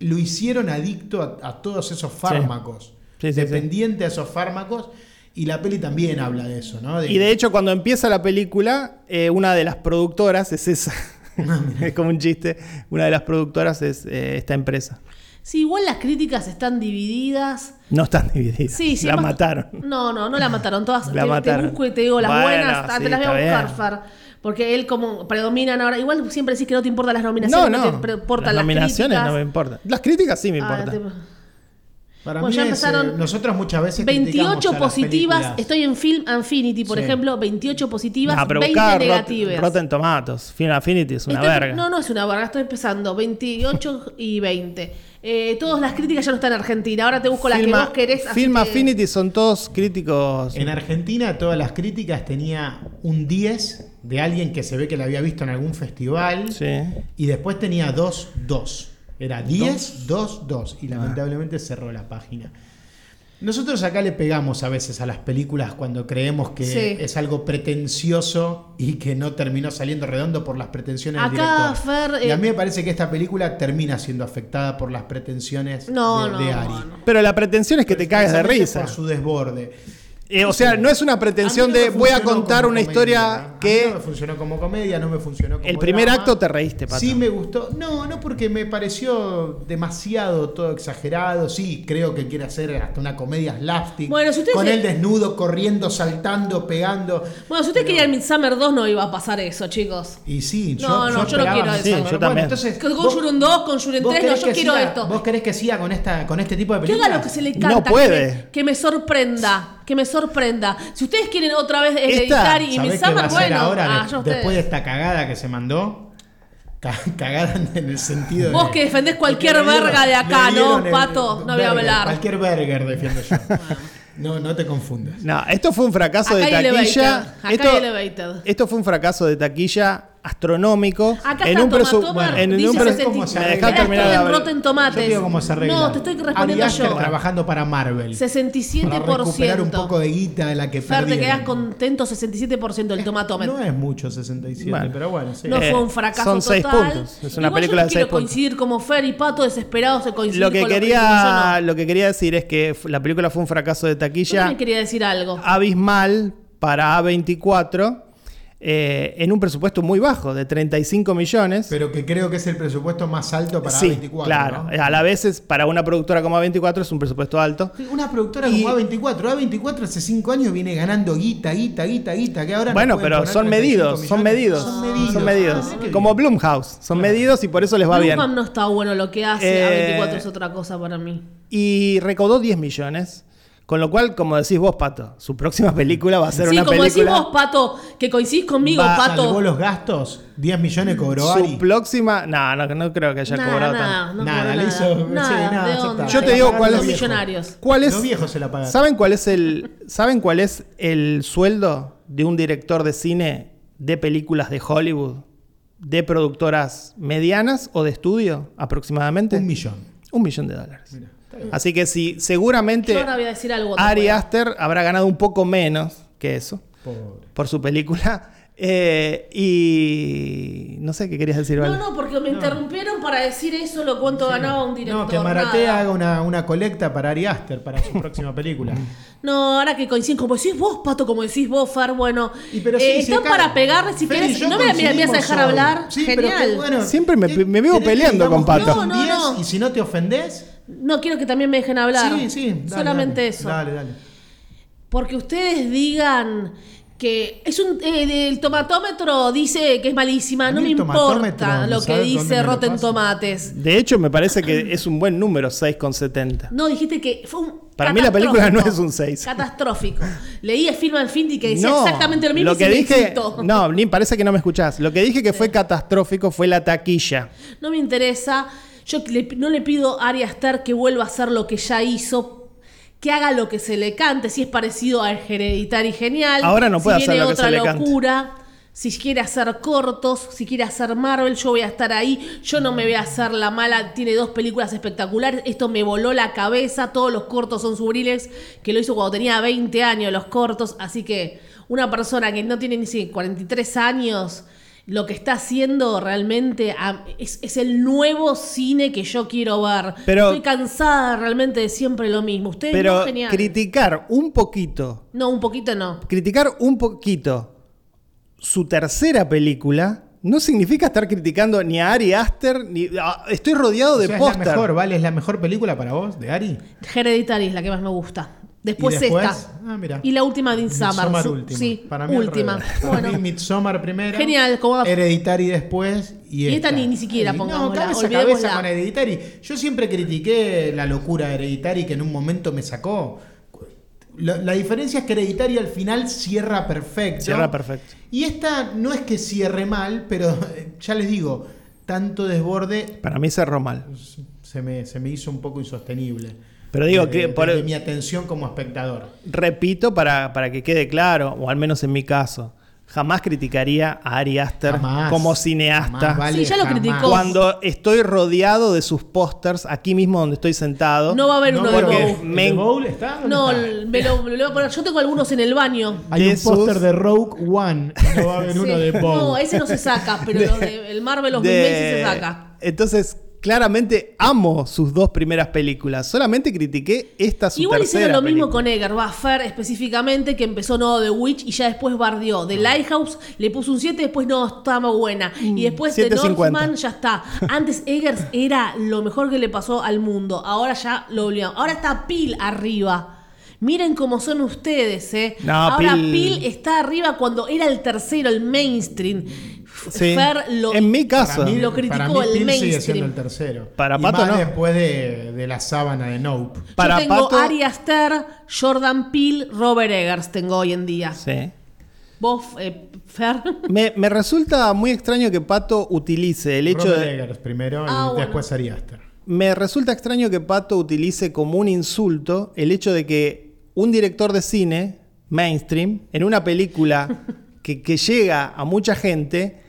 lo hicieron adicto a, a todos esos fármacos
Sí, sí, sí.
dependiente a esos fármacos. Y la peli también habla de eso, ¿no?
Y de hecho, cuando empieza la película, eh, una de las productoras es esa. [LAUGHS]
[LAUGHS]
es como un chiste. Una de las productoras es eh, esta empresa.
Sí, igual las críticas están divididas.
No están divididas.
Sí, sí,
la
más-
mataron.
No, no, no la mataron. Todas
La
te, te
mataron.
busco y te digo las
Bueno,
buenas, ah,
sí,
te las voy a
está
buscar,
bien.
Far. Porque él como predominan ahora. Igual siempre decís que no te importan las nominaciones,
No,
no,
no.
te pre- importan las,
las nominaciones
críticas.
no me importan. Las críticas sí
Ah,
me importan.
te-
Para
Bueno,
mí
ya
es,
empezaron
eh, nosotros muchas veces. criticamos a
28
las
positivas,
películas.
estoy en Film Infinity, por
Sí.
ejemplo, 28 positivas,
No, pero
20
buscá Rot-
negativas.
Rotten Tomatoes, Final Affinity es una
Estoy-
verga.
Este No, no es una verga, estoy empezando, 28 y 20. Eh, todas las críticas ya no están en Argentina, ahora te busco las que
Filma-
vos querés. así
Film
que-
Affinity son todos críticos.
En Argentina, todas las críticas tenía un 10 de alguien que se ve que la había visto en algún festival.
Sí.
Y después tenía 2, 2. Era 10, 2, 2. Y lamentablemente cerró la página. Nosotros acá le pegamos a veces a las películas cuando creemos que
Sí.
es algo pretencioso y que no terminó saliendo redondo por las pretensiones
Acá,
del director.
Fer,
y a
eh,
mí me parece que esta película termina siendo afectada por las pretensiones
No,
de,
no,
de
no,
Ari.
no.
Pero la pretensión es que te cagas de
Precisamente
risa.
Por su desborde.
Eh, o sea, no es una pretensión
A mí no
de
me
voy a
funcionó
contar
como
una
comedia,
historia
¿no? A mí
que
no me funcionó como comedia, no me funcionó como
el primer
drama.
acto te reíste, Pato.
Sí me gustó. No, no porque me pareció demasiado todo exagerado. Sí, creo que quiere hacer hasta una comedia slapstick.
Bueno, si ustedes
con
se-
él desnudo, corriendo, saltando, pegando.
Bueno, si ustedes querían Midsummer 2 no iba a pasar eso, chicos.
Y sí, yo,
No, no, yo no
esperaba
quiero
más
eso.
esa-
Sí, yo
Bueno,
también.
entonces,
Que
vos-
Conjuren 2, Conjuren
vos
3, no,
querés
yo
que
quiero
siga-
esto.
¿Vos querés que siga con, esta, con este tipo de
Que
películas?
haga lo que se le
No
canta. que
puede.
me- Que, me sorprenda. Que me sorprenda. Si ustedes quieren otra vez editar y
¿Sabés
mi
qué va
summer,
a ser
bueno.
ahora,
ah,
de-
yo a ustedes.
después de esta cagada que se mandó? Ca- [LAUGHS] Cagada en el sentido
Vos
de-
que defendés cualquier
Le dieron-
verga de acá,
le dieron
¿no,
el-
Pato? No voy a
burger,
hablar. Ah.
Cualquier burger defiendo yo. No, no te confundas.
No, esto fue un fracaso
Acá
de
hay
taquilla.
elevator, acá hay
Esto,
elevator.
esto fue un fracaso de taquilla astronómico.
Acá
en
está,
un
toma,
presu-
toma,
bueno, en un
dice
presu-
presu-
60.
¿Cómo se
Me dejás
Mirá,
terminar de
estoy en
hablar.
Rotten
Yo te
Tomates.
digo cómo se arregla.
No, te estoy respondiendo
Ari Aster
yo.
trabajando para Marvel. Para recuperar un poco
67%.
de guita de la que
Fer, te
perdieron.
quedás contento 67% del tomatómetro.
No es mucho 67,
Bueno.
pero bueno, sí.
No
Eh,
fue un fracaso
son seis
total.
puntos. Es una
Igual
película
yo no
de
quiero
seis puntos.
coincidir como Fer y Pato desesperados de coincidir
Lo que
con lo
quería,
pienso yo,
lo que quería decir es que f- la película fue un fracaso de
no. Yo
taquilla.
también quería decir algo.
Ah, abismal para A24 eh, en un presupuesto muy bajo de 35 millones.
Pero que creo que es el presupuesto más alto para
sí,
24.
claro.
¿no?
A la vez es para una productora como A24 es un presupuesto alto.
Una productora
Y-
como A24. A24 hace 5 años viene ganando guita, guita, guita, guita. Que ahora nos
Bueno,
pueden
pero
poner
son
35
medidos, son
millones.
medidos,
Son medidos.
son medidos,
Ah, qué
como
bien.
Blumhouse, son medidos y por eso les va bien.
Blumhouse no está bueno lo que hace.
Eh,
A24 es otra cosa para mí.
Y recaudó 10 millones, con lo cual, como decís vos, Pato, su próxima película va a ser
Sí,
una
como decís
película...
vos, Pato, que coincidís conmigo,
Va-
Pato.
Salvó los gastos, 10 millones cobró Ari.
su próxima... No, no, no creo que haya
Nada,
cobrado
nada,
tanto.
no
Nada,
cobró
le hizo- sí,
nada,
nada,
de
ya
onda.
está.
Yo te digo cuál
Los
es-
millonarios.
¿Cuál es?
Los viejos se la pagaron.
¿Saben cuál es el ¿Saben cuál es el sueldo de un director de cine de películas de Hollywood, de productoras medianas o de estudio aproximadamente?
Un millón.
Un millón de dólares. Así que sí, seguramente
Yo ahora voy a decir algo.
Ari
te puedo.
Aster habrá ganado un poco menos que eso
Pobre.
por su película. [LAUGHS] Eh, y no sé qué querías decir,
No,
Vale.
no, porque me interrumpieron para decir eso, lo cuánto ganaba un director.
No, que Maratea
nada.
haga una, una colecta para Ari Aster para su
[LAUGHS]
próxima película.
No, ahora que coinciden, como decís vos, Pato, como decís vos, Far, bueno.
Y pero sí,
Eh,
se
están
cagan.
para pegar, si
Fede y
querés.
yo
No me, me- me vas a
coincidimos
dejar
hoy.
hablar.
Sí, pero
Genial.
que, bueno,
Siempre me-
te-
me vivo
tenés que
peleando
digamos
con Pato.
que son
No, no,
10,
no.
Y si no te ofendés,
No quiero que también me dejen hablar.
sí, sí. dale,
Solamente
dale,
eso.
Dale, dale.
Porque ustedes digan que es un eh, el tomatómetro dice que es malísima,
A
no
mí
me
el tomatómetro,
importa lo que
¿sabes dónde me
dice
lo
Rotten
pasa?
Tomates.
De hecho, me parece que es un buen número, 6,70.
No, dijiste que fue un
Para mí la película no
catastrófico.
es un seis.
Catastrófico. Leí el film al fin y que decía exactamente lo mismo y
que
se me
dije,
insultó.
no, ni parece que no me escuchás. Lo que dije que fue catastrófico fue la taquilla.
No me interesa. Yo le- no le pido a Ari Aster que vuelva a hacer lo que ya hizo, que haga lo que se le cante, si es parecido a Hereditary Genial.
Ahora no puede
si
hacer
viene
lo que
otra
se le cante.
locura. Si quiere hacer cortos, si quiere hacer Marvel, yo voy a estar ahí. Yo no me voy a hacer la mala. Tiene dos películas espectaculares. Esto me voló la cabeza. Todos los cortos son subriles, que lo hizo cuando tenía 20 años los cortos. Así que una persona que no tiene ni si- 43 años, lo que está haciendo realmente a- es, es el nuevo cine que yo quiero ver.
Pero-
Estoy cansada realmente de siempre lo mismo. Ustedes
Pero
no, genial.
criticar un poquito,
No, un poquito no.
criticar un poquito su tercera película no significa estar criticando ni a Ari Aster, ni ah, estoy rodeado
O
de
sea, es la
póster.
mejor, ¿vale? ¿Es la mejor película para vos, de Ari?
Hereditary es la que más me gusta. Después,
¿Y después?
esta.
Ah, mirá.
Y la última de Insummer.
Midsommar
Su-
última.
Sí,
Para mí al
última.
revés. Para
[LAUGHS]
mí
Bueno,
Midsommar primero.
Genial, como va-
Hereditary después y
Y
esta.
esta ni- ni siquiera
Ay,
pongámosla,
No, cabeza a
olvidémosla.
cabeza con Hereditary. Yo siempre critiqué la locura de Hereditary que en un momento me sacó. La, la diferencia es que Hereditary al final cierra perfecto.
Cierra perfecto.
Y esta no es que cierre mal, pero eh, ya les digo, tanto desborde
Para mí cerró mal.
se me, se me hizo un poco insostenible.
Pero digo
Desde-
que por-
desde mi atención como espectador.
Repito para, para que quede claro, o al menos en mi caso, jamás criticaría a Ari Aster
Jamás.
como cineasta.
Jamás, vale,
Sí, ya lo
jamás.
criticó.
Cuando estoy rodeado de sus pósters, aquí mismo donde estoy sentado.
no va a haber uno de
pero-
porque-
Bow.
¿El
me-
de Bowl está? ¿Dónde
No,
está?
me lo, me lo voy a poner. Yo tengo algunos en el baño.
hay un
de
póster
sus-
de Rogue One.
[LAUGHS]
No va a haber uno
Sí.
de Bowl.
No, ese no se saca,
[LAUGHS]
pero los de- el Marvel los
de-
mil veces se saca.
Entonces, claramente amo sus dos primeras películas. Solamente critiqué esta su
Igual hicieron
tercera
lo mismo
película.
con Edgar Buffer específicamente, que empezó no The Witch y ya después bardió. The Lighthouse le puso un 7, después no, está muy buena.
Mm,
Y después The
7.50.
Northman ya está. Antes Eggers era lo mejor que le pasó al mundo. Ahora ya lo olvidamos. Ahora está Pil arriba. Miren cómo son ustedes, ¿eh?
No,
Ahora
Peel-
Pil está arriba cuando era el tercero, el mainstream.
Sí.
Fer lo-
En mi
Para
caso.
mí-
Lo
para
criticó
mí
el
Peel sigue
mainstream.
siendo el tercero.
Para
Y
Pato
más
no.
después de, de la sábana de Nope.
Para
Yo tengo
Pato-
Ari Aster, Jordan Peele, Robert Eggers tengo hoy en día.
Sí.
Vos, eh, Fer.
Me, me resulta muy extraño que Pato utilice el hecho
Robert
de.
Eggers primero
Ah,
y
bueno.
después Ari Aster.
Me resulta extraño que Pato utilice como un insulto el hecho de que un director de cine
[LAUGHS]
mainstream, en una película que, que llega a mucha gente,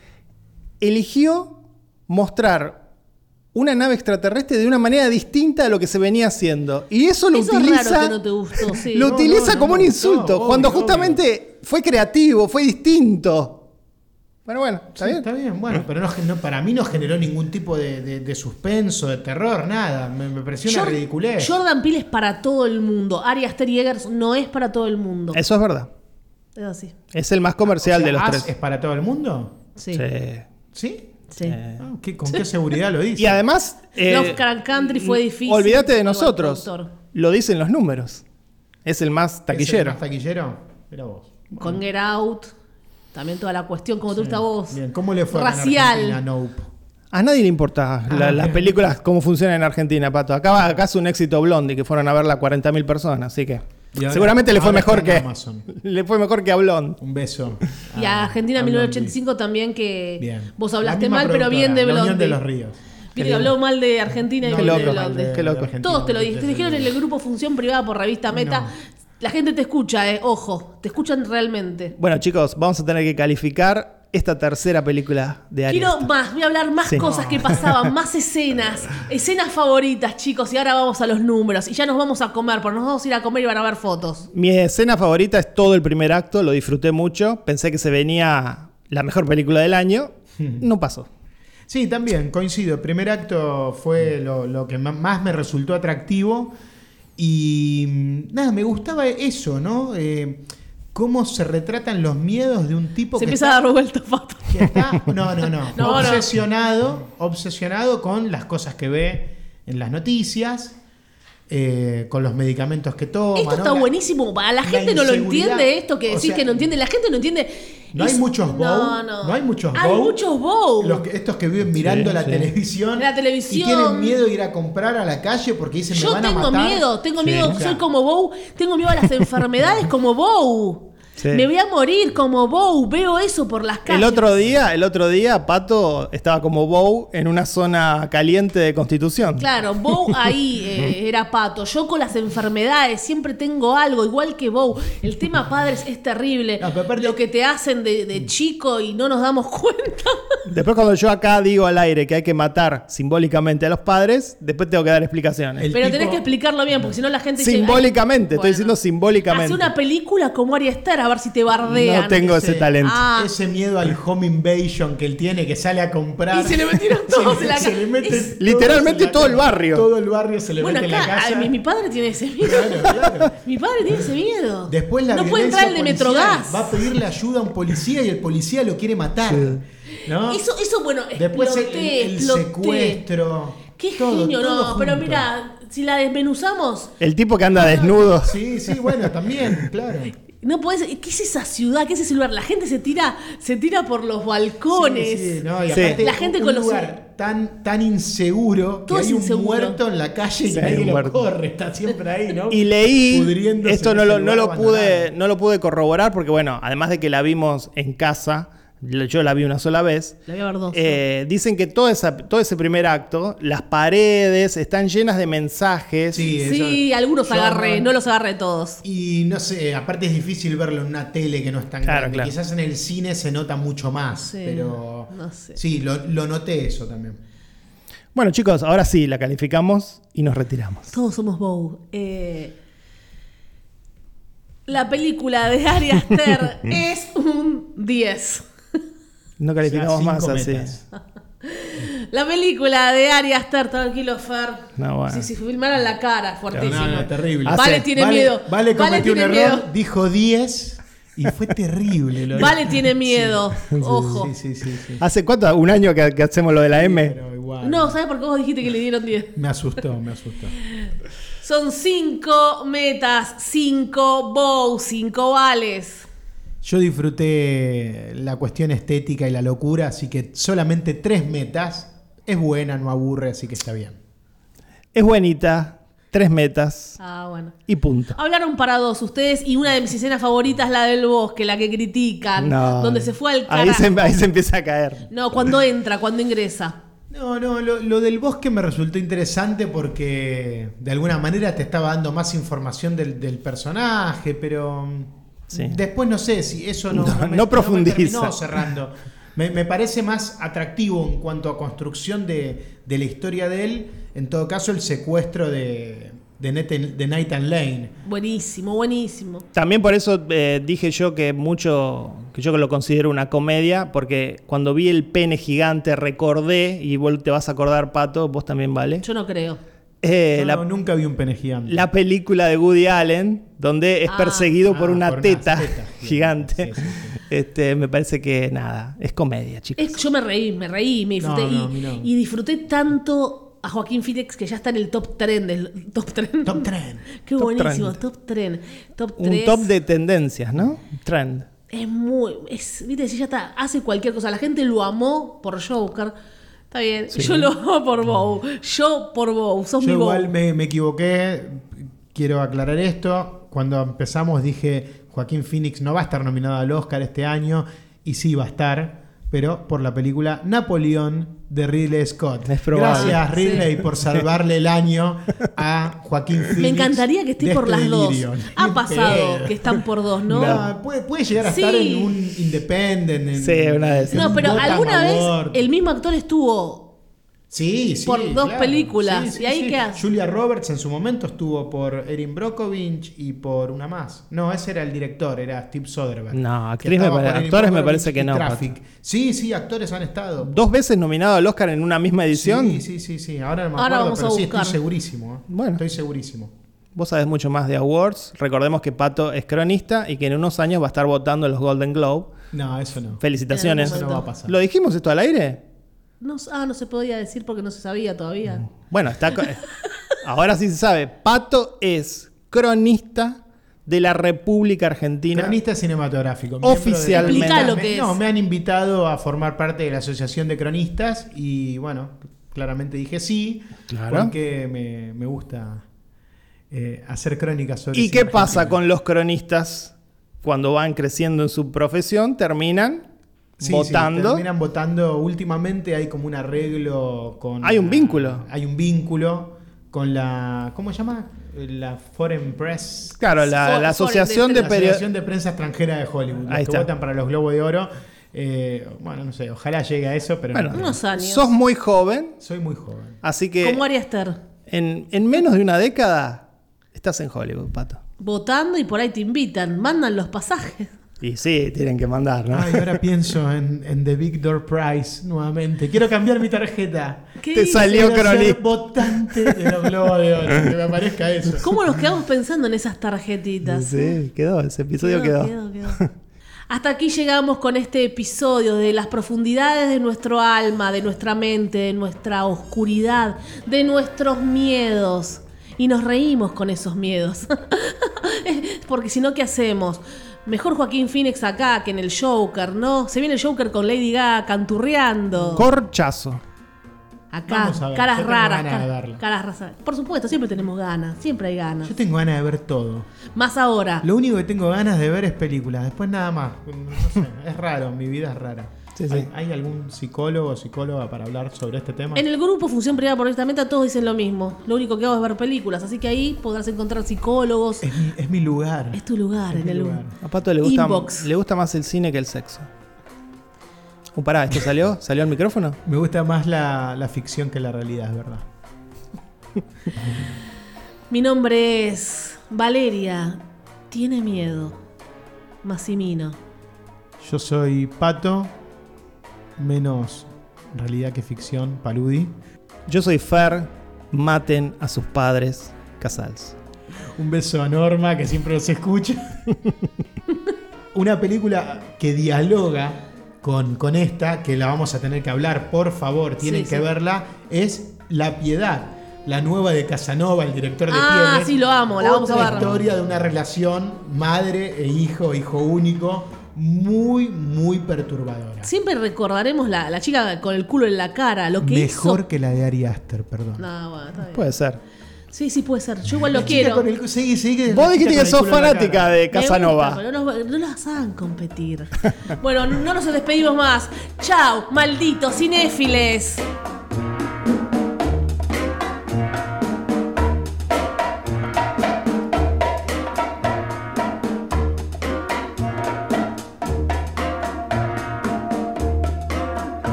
eligió mostrar una nave extraterrestre de una manera distinta a lo que se venía haciendo. Y eso lo
Eso es
utiliza.
raro que no te gustó,
[LAUGHS]
sí.
Lo
No,
utiliza
no, no
como
me
un
gustó,
insulto.
obvio,
cuando
obvio.
justamente fue creativo, fue distinto. Bueno, bueno, está
Sí,
bien. Ah.
Está bien, bueno, pero no, no- para mí no generó ningún tipo de, de- de suspenso, de terror, nada. Me, me pareció una
Jor-
ridiculez.
Jordan Peele es para todo el mundo. Ari Aster y Eggers no es para todo el mundo. Es,
Eso es verdad.
así.
Es el más
O
comercial
sea,
de los
¿As
tres.
¿Ah, ¿Es para todo el mundo?
Sí.
Sí.
¿Sí?
sí.
Eh.
Ah, ¿qué- ¿Con qué seguridad lo dice?
[LAUGHS] Y además. eh,
Lovecraft Country fue difícil.
Olvídate de
Igual,
nosotros.
productor.
Lo dicen los números. Es el más
¿Es el
taquillero.
más taquillero? Mirá vos.
Con Get Out. También toda la cuestión, como te gusta a vos.
Bien, ¿cómo le fue
Racial.
a Nope?
A nadie le importa la-
Ah,
las
bien.
películas, cómo funcionan en Argentina, Pato. Acá, acá es un éxito Blondie, que fueron a verla 40.000 personas, así que...
Y ahora-
seguramente le fue
ahora
mejor
está
que...
en Amazon.
[LAUGHS] Le fue mejor que a Blondie.
Un beso.
Y a Argentina
a
1985 también, que
Blondie. Ah, Bien.
vos
La
hablaste
misma
mal, pero
productora,
bien de
La Unión
Blondie.
de los Ríos.
Viste que habló mal de Argentina y
No,
Qué
mal de
loco.
Blondie.
Qué loco.
Argentina.
Todos te lo dijeron. Te dijeron en el grupo Función Privada por Revista Meta.
No.
La gente te escucha, eh. Ojo, te escuchan realmente.
Bueno, chicos, vamos a tener que calificar esta tercera película de Ari
Quiero
Aster.
más, voy a hablar más
Sí.
cosas que pasaban, más
[LAUGHS]
escenas, escenas favoritas, chicos. Y ahora vamos a los números. Y ya nos vamos a comer, porque nos vamos a ir a comer y van a ver fotos.
Mi escena favorita es todo el primer acto, lo disfruté mucho. Pensé que se venía la mejor película del año.
Hmm.
No pasó.
Sí, también, coincido. El primer acto fue lo, lo que ma- más me resultó atractivo. Y mm, nada, me gustaba eso, ¿no? Eh, cómo se retratan los miedos de un tipo
Se
que
empieza a dar vuelta fotos.
que está, no, no, no,
[LAUGHS] No, no.
obsesionado, obsesionado con las cosas que ve en las noticias, eh, con los medicamentos que [LAUGHS] toma.
Esto
¿no?
está
La-
buenísimo. Para la
la
gente no lo
inseguridad.
entiende esto que
O
decís
sea,
que no entiende. La gente no entiende.
No hay muchos bow,
No,
no hay muchos
Hay
bow.
muchos bow.
los que- estos que viven mirando
Sí,
la
sí.
televisión.
La televisión.
Y tienen miedo de ir a comprar a la calle porque dicen me
Yo
van a
tengo
matar.
miedo, tengo
Sí.
miedo,
O sea-
soy como Bow, tengo miedo a
[LAUGHS]
las enfermedades como Bow.
Sí.
Me voy a morir como Bow, veo eso por las calles.
El otro día, el otro día, Pato estaba como Bow en una zona caliente de Constitución.
Claro, Bow
[LAUGHS]
ahí eh, era pato. Yo con las enfermedades siempre tengo algo, igual que Bow. El tema padres es terrible.
No, pero aparte- Mm.
Lo que te hacen de, de chico y no nos damos [LAUGHS] cuenta.
Después cuando yo acá digo al aire que hay que matar simbólicamente a los padres, después tengo que dar explicaciones.
El-
Pero
tipo-
tenés que explicarlo bien, porque si no la gente. dice,
simbólicamente, estoy
"Ay,
diciendo
bueno".
simbólicamente.
Hace una película como Ari Aster, a ver si te bardean.
no tengo ese
Sí.
talento.
Ah.
Ese miedo al home invasion que él tiene, que sale a comprar.
Y se le metieron todos
[LAUGHS]
en
Se le-
la
se
ca-
le meten
es-
todos
Literalmente
en la
todo el
ca-
barrio.
Todo el barrio se le
Bueno,
mete en la
acá,
casa.
ay, mi, mi padre tiene ese miedo.
[LAUGHS]
Claro, claro.
Mi padre tiene ese miedo.
Después la
no puede entrar
violencia
el de
policial.
Metrogas.
Va a pedirle ayuda a un policía y el policía lo quiere matar. ¿no?
Eso, eso, bueno,
Después el-
exploté,
el, el
exploté.
secuestro.
Qué
todo,
genio,
todo
no,
junto.
pero mira, si la desmenuzamos,
El tipo que
[LAUGHS]
anda desnudo.
Sí, sí, bueno, también, claro.
no podés. ¿Qué es esa ciudad? ¿Qué es ese lugar? La gente se tira, se tira por los balcones.
Sí, sí, no, y
Sí.
aparte,
La gente
un
con los-
lugar tan, tan inseguro
Todo
que
es
hay un
inseguro.
muerto en la calle y
Sí,
nadie
un
lo
muerto.
corre, está siempre ahí, ¿no?
Y leí,
Pudriéndose
esto
en
no
ese
lo, no,
lugar
lo pude,
abandonado.
no lo pude corroborar porque, bueno, además de que la vimos en casa, lo- yo la vi una sola vez,
La voy a ver dos.
eh, dicen que todo, esa, todo ese primer acto, las paredes están llenas de mensajes.
Sí,
sí,
eso-
algunos
yo
agarré, no los agarré todos.
Y no sé, aparte es difícil verlo en una tele que no es tan
Claro,
grande.
claro.
Quizás en el cine se nota mucho más,
Sí,
pero
no sé.
sí, lo, lo noté eso también.
Bueno, chicos, ahora sí, la calificamos y nos retiramos.
Todos somos Bow. Eh, la película de Ari
[LAUGHS]
Aster es un 10.
No calificamos
O sea,
más
cinco
así.
metas.
Ah, La película de Ari Aster, tranquilo, Fer.
No, bueno.
Si se filmaran la cara, fuertísimo.
No, no, terrible.
Ah,
Vale
sí.
tiene
vale,
miedo.
Vale cometió
tiene
un error,
miedo.
dijo 10 y fue
[LAUGHS]
terrible. lo-
Vale tiene miedo. Ojo.
Sí, sí, sí, sí.
¿Hace cuánto? ¿Un año que, que hacemos lo de la M?
Pero igual.
No, ¿sabes por qué vos dijiste que le dieron 10?
Me asustó, me asustó.
Son 5 metas, 5 bows, 5 vales.
Yo disfruté la cuestión estética y la locura, así que solamente tres metas. Es buena, no aburre, así que está bien.
Es buenita, tres metas
Ah, bueno.
y punto.
Hablaron para dos ustedes y una de mis escenas favoritas, la del bosque, la que critican,
No.
ah, donde se fue al
ahí
carajo.
se, ahí se empieza a caer.
No, cuando entra, cuando ingresa.
No, no, lo, lo del bosque me resultó interesante porque de alguna manera te estaba dando más información del, del personaje, pero mm,
Sí.
después no sé si eso no,
No,
me-
no profundiza.
terminó cerrando. Me, me parece más atractivo en cuanto a construcción de, de la historia de él, en todo caso, el secuestro de, de, Nathan, de Nathan Lane.
Buenísimo, buenísimo.
También por eso eh, dije yo que mucho, que yo lo considero una comedia, porque cuando vi el pene gigante recordé, y vos te vas a acordar, Pato, vos también vale.
Yo no creo.
eh,
Yo
la,
no- nunca vi un pene gigante.
la película de Woody Allen, donde es
Ah.
perseguido por
Ah,
una
por unas
teta [LAUGHS]
tetas
gigante.
gigantes, sí, sí,
Este, me parece que nada, es comedia, chicos.
Es- yo me reí, me reí, me disfruté.
No, no,
y,
mirá.
y disfruté tanto a Joaquín Phoenix que ya está en el top tren del top tren.
Top Trend.
[LAUGHS] Qué
Top
buenísimo,
trend.
top tren. Top
Un
3.
top de tendencias, ¿no? Trend.
Es muy. Es, Viste, si ya está. Hace cualquier cosa. La gente lo amó por Joker. Está bien.
Sí.
Yo lo amo por Bow. Yo por Bow. Sos
Yo
Oh, mi Bow.
igual me, me equivoqué. Quiero aclarar esto. Cuando empezamos dije Joaquín Phoenix no va a estar nominado al Oscar este año. Y sí va a estar, pero por la película Napoleón de Ridley Scott.
Es probable.
Gracias
Sí.
Ridley por salvarle el año a Joaquín Phoenix.
Me encantaría que
de
esté por
este
las dos.
delirio.
Ha
Ni
pasado
pedo.
que están por dos, ¿no?
No, puede, puede llegar a
Sí.
estar en un Independent. en-
Sí, una de esas.
en
No,
un
pero
Gotham
alguna vez
Award.
el mismo actor estuvo
Sí, sí,
Por dos películas. ¿Y ahí qué hace?
Julia Roberts en su momento estuvo por Erin Brockovich y por una más. No, ese era el director, era Steve Soderbergh.
No,
Que
actriz
estaba
me pare-
por Erin
actores me
Brockovich
parece que
y
no,
Traffic. Sí, sí, actores han estado.
Dos veces nominado al Oscar en una misma edición.
Sí, sí, sí, sí. Ahora no me
Ahora
acuerdo,
vamos
pero
a
sí, estoy
buscar.
segurísimo. eh.
Bueno.
Estoy segurísimo.
Vos sabés mucho más de awards. Recordemos que Pato es cronista y que en unos años va a estar votando en los Golden Globe.
No, eso no.
Felicitaciones.
En
Eso no
algún
va a pasar.
¿Lo dijimos esto al aire?
No, s- ah, no se podía decir porque no se sabía todavía.
Bueno, está.
[LAUGHS]
co- Ahora sí se sabe. Pato es cronista de la República Argentina.
Cronista cinematográfico. miembro de-
Oficialmente. Explica
lo que
No,
es.
me han invitado a formar parte de la Asociación de Cronistas y bueno, claramente dije sí,
Claro.
porque me, me gusta eh, hacer crónicas sobre...
¿Y
cine
qué pasa
argentino.
con los cronistas cuando van creciendo en su profesión? Terminan
Sí, sí,
votando.
terminan votando últimamente, hay como un arreglo con...
Hay un vínculo.
Hay un vínculo con la... ¿Cómo se llama? La Foreign Press.
claro, la,
For-
la
for-
asociación de
la
periodistas.
Asociación de Prensa Extranjera de Hollywood, los
Este Ahí
que
está.
votan para los Globos de Oro. Eh, bueno, no sé, ojalá llegue a eso, pero no creo.
Bueno,
Unos años.
sos muy joven,
soy muy joven.
así que.
Como Ari Aster,
En, en menos de una década estás en Hollywood, pato.
votando y por ahí te invitan, mandan los pasajes.
Y sí, tienen que mandar, ¿no?
Ay, ahora pienso en, en The Big Door Prize nuevamente. Quiero cambiar mi tarjeta.
¿Qué
Te
dices?
salió.
Quiero ser
cronista.
votante de los Globos de Oro. Que me aparezca eso.
¿Cómo nos quedamos pensando en esas tarjetitas?
Sí, quedó, ese episodio quedó.
quedó. Hasta aquí llegamos con este episodio de las profundidades de nuestro alma, de nuestra mente, de nuestra oscuridad, de nuestros miedos. Y nos reímos con esos miedos. [LAUGHS] Porque si no, ¿qué hacemos? Mejor Joaquín Phoenix acá que en el Joker, ¿no? Se viene el Joker con Lady Gaga canturreando.
Corchazo.
Acá,
Vamos a ver,
caras
yo tengo
raras,
ganas
cara-
de
caras,
verla.
raras. Por supuesto, siempre tenemos ganas, siempre hay ganas.
Yo tengo ganas de ver todo.
Más ahora.
Lo único que tengo ganas de ver es películas. Después nada más. No sé, es raro, mi vida es rara.
Sí, sí.
¿Hay, hay algún psicólogo o psicóloga para hablar sobre este tema?
En el grupo Función Privada por esta meta todos dicen lo mismo. Lo único que hago es ver películas, así que ahí podrás encontrar psicólogos.
Es mi, es mi lugar.
Es tu lugar
Es
en
mi
el
lugar.
A Pato le gusta,
Inbox.
le gusta más el cine que el sexo. Uh, pará, ¿esto salió? ¿Salió el micrófono?
Me gusta más la, la ficción que la realidad, es verdad.
Mi nombre es Valeria. Tiene miedo. Massimino.
Yo soy Pato, menos realidad que ficción, Paludi.
Yo soy Fer, maten a sus padres, Casals.
Un beso a Norma, que siempre nos escucha. [LAUGHS] Una película que dialoga con, con esta, que la vamos a tener que hablar, por favor, tienen
Sí,
que
sí.
verla, es La Piedad, la nueva de Casanova, el director de
Ah,
Pieles.
sí, lo amo, la vamos a
Otra
ver.
historia de una relación madre e hijo, hijo único, muy, muy perturbadora.
Siempre recordaremos la, la chica con el culo en la cara, lo que
Mejor
hizo.
que la de Ari Aster, perdón.
No, bueno, está bien.
Puede ser.
Sí, sí puede ser. Yo igual lo
La chica
quiero.
con el cu- seguí, seguí, que-
Vos
la
dijiste
chica
que
con el
sos
culo en la cara.
fanática de
Me gusta,
Casanova.
pero no, no las hagan [LAUGHS] competir. bueno, no nos despedimos más. Chao, malditos cinéfiles.